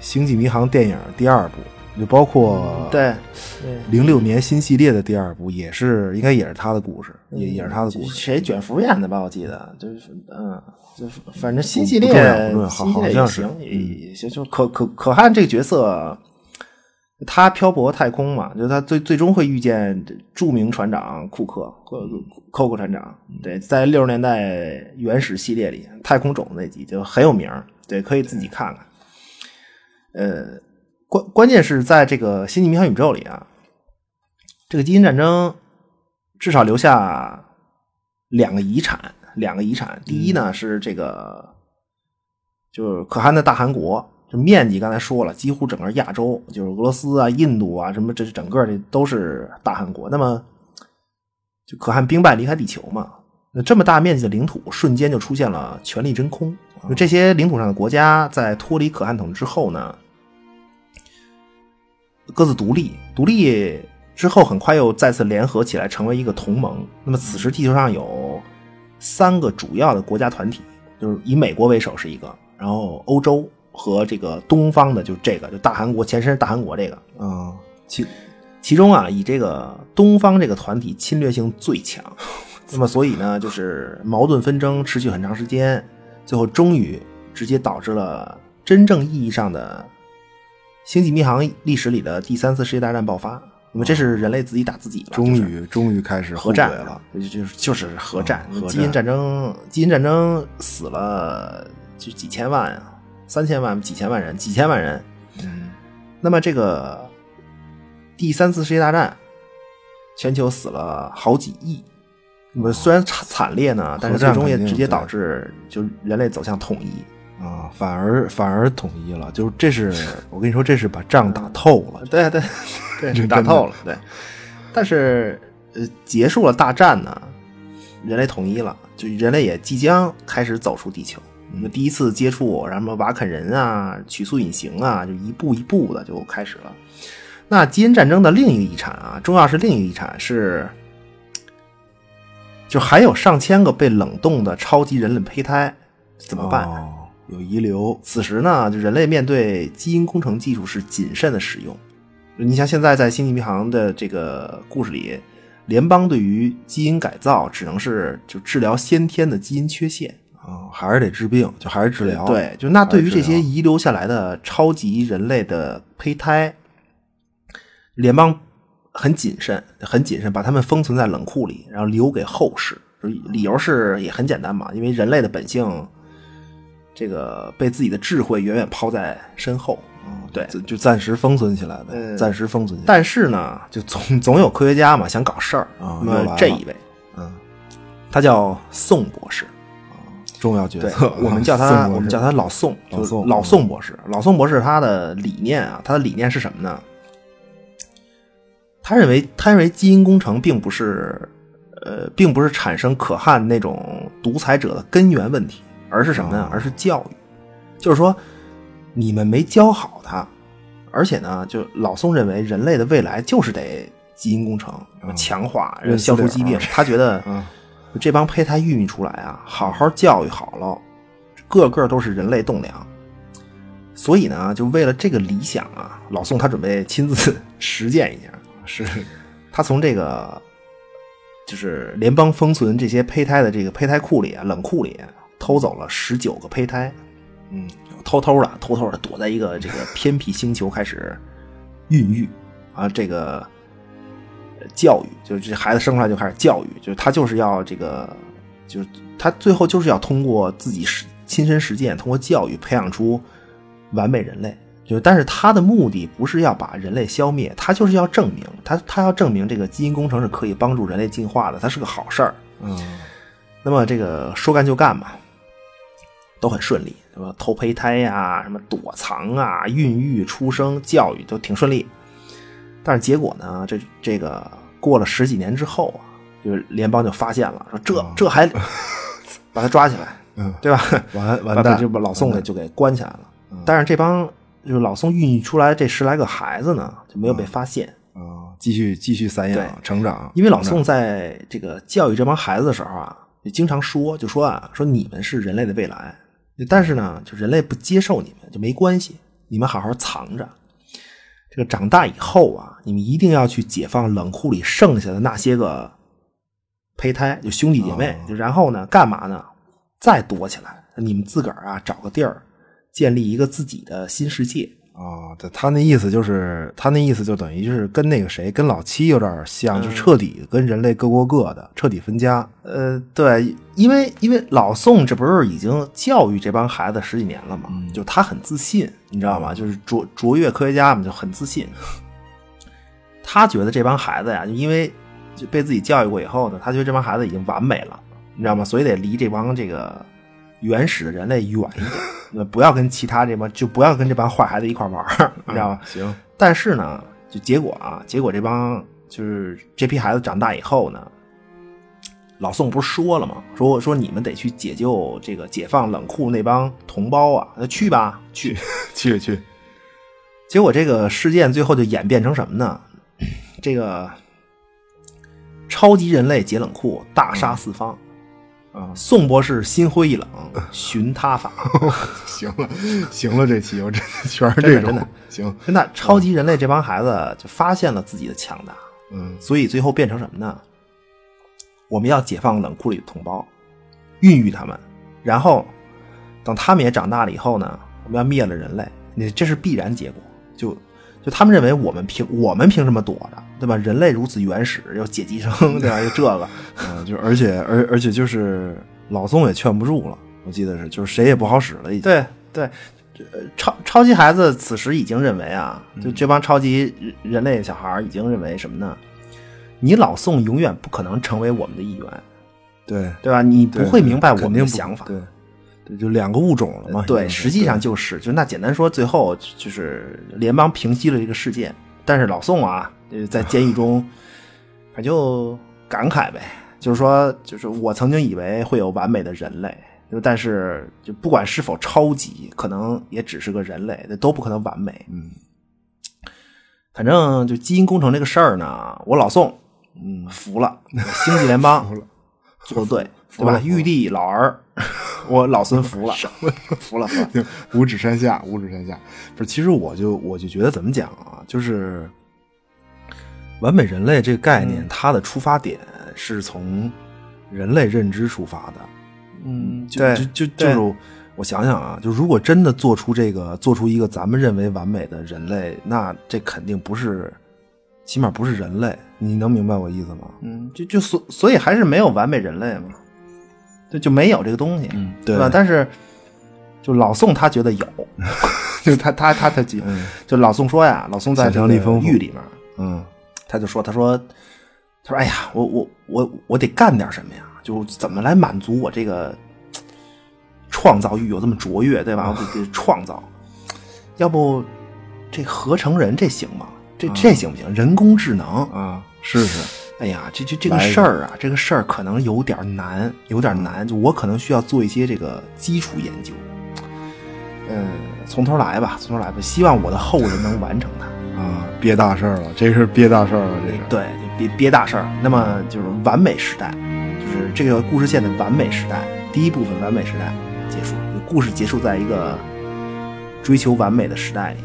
星际迷航》电影第二部，就包
嗯
括
对，对
零六年新系列的第二部，也是应该也是他的故事，
嗯
也也是他的故事。
谁卷福彦的吧？我记得就是嗯，就反正新系列
不重要不重要好
新系列
好
也
像是嗯
行，也也行。就可可可汗这个角色，他漂泊太空嘛，就他最最终会遇见著名船长库克，
嗯
库库克船长。对，在六十年代原始系列里，太空种子那集就很有名儿，对，可以自己看看。呃，关关键是在这个《星际迷航宇宙》里啊，这个基因战争至少留下两个遗产，两个遗产。第一
嗯
呢、是这个，就是可汗的大韩国，这面积刚才说了，几乎整个亚洲，就是俄罗斯啊、印度啊什么，这整个这都是大韩国。那么，就可汗兵败离开地球嘛，那这么大面积的领土，瞬间就出现了权力真空。就这些领土上的国家在脱离可汗统治之后呢，各自独立，独立之后很快又再次联合起来成为一个同盟。那么此时地球上有三个主要的国家团体，就是以美国为首是一个，然后欧洲和这个东方的就是这个，就大韩国前身是大韩国这个，
嗯，其
其中啊，以这个东方这个团体侵略性最强， 那么所以呢，就是矛盾纷争持续很长时间，最后终于直接导致了真正意义上的星际迷航历史里的第三次世界大战爆发。那么这是人类自己打自己了，
终
啊就是
于终于开始
核
后悔
战啊
了，，
就就是就是核战，
嗯核
基因
战
战争，基因战争死了就几千万啊，三千万、几千万人，几千万人。
嗯
那么这个第三次世界大战，全球死了好几亿。那么虽然惨惨烈呢，但是最终也直接导致就是人类走向统一。
啊，反而反而统一了，就是这 是我跟你说，这是把仗打透了，
对对对，打透了对。但是呃，结束了大战呢，人类统一了，就人类也即将开始走出地球。我们第一次接触，然后什么瓦肯人啊、曲速隐形啊，就一步一步的就开始了。那基因战争的另一个遗产啊，重要是另一个遗产是，就还有上千个被冷冻的超级人类胚胎，怎么办？
哦有遗留，
此时呢，就人类面对基因工程技术是谨慎的使用。就你像现在在《星际迷航》的这个故事里，联邦对于基因改造只能是就治疗先天的基因缺陷。
啊，还是得治病，就还是治疗。
对，就那对于这
还
些
是
遗留下来的超级人类的胚胎，联邦很谨慎，很谨慎，把他们封存在冷库里，然后留给后世。就是理由是也很简单嘛，因为人类的本性，这个被自己的智慧远远抛在身后。
啊
对
就就暂时封存起来呗，
呃
暂时封存起来。
但是呢，就总总有科学家嘛想搞事儿
啊
那
又来
么
了
这一位，
嗯，
他叫宋博士，
重要角
对
色，，
我们叫他
宋博士
我们叫他老宋，
老
就是
宋嗯
老宋博士。老宋博士他的理念啊，他的理念是什么呢？他认为他认为基因工程并不是呃，并不是产生可汗那种独裁者的根源问题，而是什么呢
哦？
而是教育，就是说你们没教好他，而且呢，就老宋认为人类的未来就是得基因工程
嗯
强化，
认
消除
饲料
疾病。他觉得
嗯
这帮胚胎孕育出来啊，好好教育好了，个个都是人类栋梁。所以呢，就为了这个理想啊，老宋他准备亲自实践一下。
是
他从这个就是联邦啊封存这些胚胎的这个胚胎库里啊，冷库里偷走了十九个胚胎，嗯，偷偷的偷偷的躲在一个这个偏僻星球开始孕育啊，这个呃教育，就是这孩子生出来就开始教育，就是他就是要这个，就是他最后就是要通过自己实亲身实践，通过教育培养出完美人类。就是，但是他的目的不是要把人类消灭，他就是要证明，他他要证明这个基因工程是可以帮助人类进化的，它是个好事儿。
嗯
那么这个说干就干嘛，都很顺利，什么投胚胎呀、什么躲藏啊、孕育、出生、教育都挺顺利。但是结果呢，这这个过了十几年之后啊，就是联邦就发现了，说这
哦
这还把他抓起来，
嗯，
对吧？
完
把
完
把
蛋嗯
这，把老宋给就给关起来了。但是这帮就是老宋孕育出来这十来个孩子呢，就
嗯
没有被发现。
啊，继续继续散
对
养成长，
因为老
成长
宋在这个教育这帮孩子的时候啊，就经常说，就说啊，说你们是人类的未来，但是呢，就人类不接受你们就没关系，你们好好藏着。这个长大以后啊，你们一定要去解放冷库里剩下的那些个胚胎，就兄弟姐妹，就然后呢，干嘛呢？再躲起来，你们自个儿啊找个地儿，建立一个自己的新世界。
啊，对他那意思就是，他那意思就等于就是跟那个谁，跟老七有点像，
嗯
就彻底跟人类各过各的，彻底分家。
呃，对，因为因为老宋这不是已经教育这帮孩子十几年了嘛，就他很自信，你知道吗？就是卓卓越科学家嘛，就很自信。他觉得这帮孩子呀，因为就被自己教育过以后呢，他觉得这帮孩子已经完美了，你知道吗？所以得离这帮这个原始的人类远一点，那不要跟其他这帮，就不要跟这帮坏孩子一块玩儿，你知道吗？
行，
但是呢，就结果啊，结果这帮就是这批孩子长大以后呢，老宋不是说了吗？说说你们得去解救这个解放冷库那帮同胞啊，那去吧，去。
去去，
结果这个事件最后就演变成什么呢？这个超级人类解冷库大杀四方。
啊
宋博士心灰意冷，寻他法。
行了，行了，这期我真 的全是这
真的真
种
的，
行，
真的，超级人类这帮孩子就发现了自己的强大，
嗯
所以最后变成什么呢？我们要解放冷库里的同胞，孕育他们，然后等他们也长大了以后呢，我们要灭了人类，你这是必然结果。就就他们认为我们凭我们凭什么躲着，对吧？人类如此原始，又解寄生， 对吧？又这个，
啊，就而且而而且就是老宋也劝不住了，我记得是，就是谁也不好使了，已经。
对对，呃超超级孩子此时已经认为啊，就这帮超级人人类小孩儿已经认为什么呢？你老宋永远不可能成为我们的一员，
对
对吧？你不
对，
会明白我
肯
们
定
的
不
想法。
对对，就两个物种了嘛。嗯已
对，
经是
实际上就是，就那简单说，最后就是联邦平息了这个事件，但是老宋啊，呃在监狱 中，他就感慨呗，就是说，就是我曾经以为会有完美的人类，就但是就不管是否超级，可能也只是个人类，都不可能完美。
嗯，
反正就基因工程这个事儿呢，我老宋，嗯，服了，星际联邦做的对，对吧？玉帝老儿，我老孙服了，服了，服 了。
行五指山下，五指山下，
不是，其实我就我就觉得怎么讲啊，就是完美人类这个概
嗯
念，它的出发点是从人类认知出发的。
嗯，
就
对，
就就就
对
是我想想啊，就如果真的做出这个，做出一个咱们认为完美的人类，那这肯定不是，起码不是人类。你能明白我意思吗？
嗯，就就所所以还是没有完美人类嘛，就就没有这个东西，
嗯
对
对
吧？但是就老宋他觉得有， 就他他他他就、就老宋说呀，老宋在
想
这
象
个
力丰富
狱里面，
嗯，
他就说他说他说哎呀，我我我我得干点什么呀，就怎么来满足我这个嘖创造欲有这么卓 越，对吧？我得得创造，要不这合成人这行吗？这这行不行？人工智能啊
啊，试试，
哎呀，这这这个事儿啊，这个事儿可能有点难，有点难。就我可能需要做一些这个基础研究。嗯，从头来吧，从头来吧。希望我的后人能完成 它。
啊，憋大事儿了，这是憋大事儿了，这是。
对，就别别大事儿。那么就是完美时代，就是这个故事线的完美时代，第一部分完美时代结束，故事结束在一个追求完美的时代里。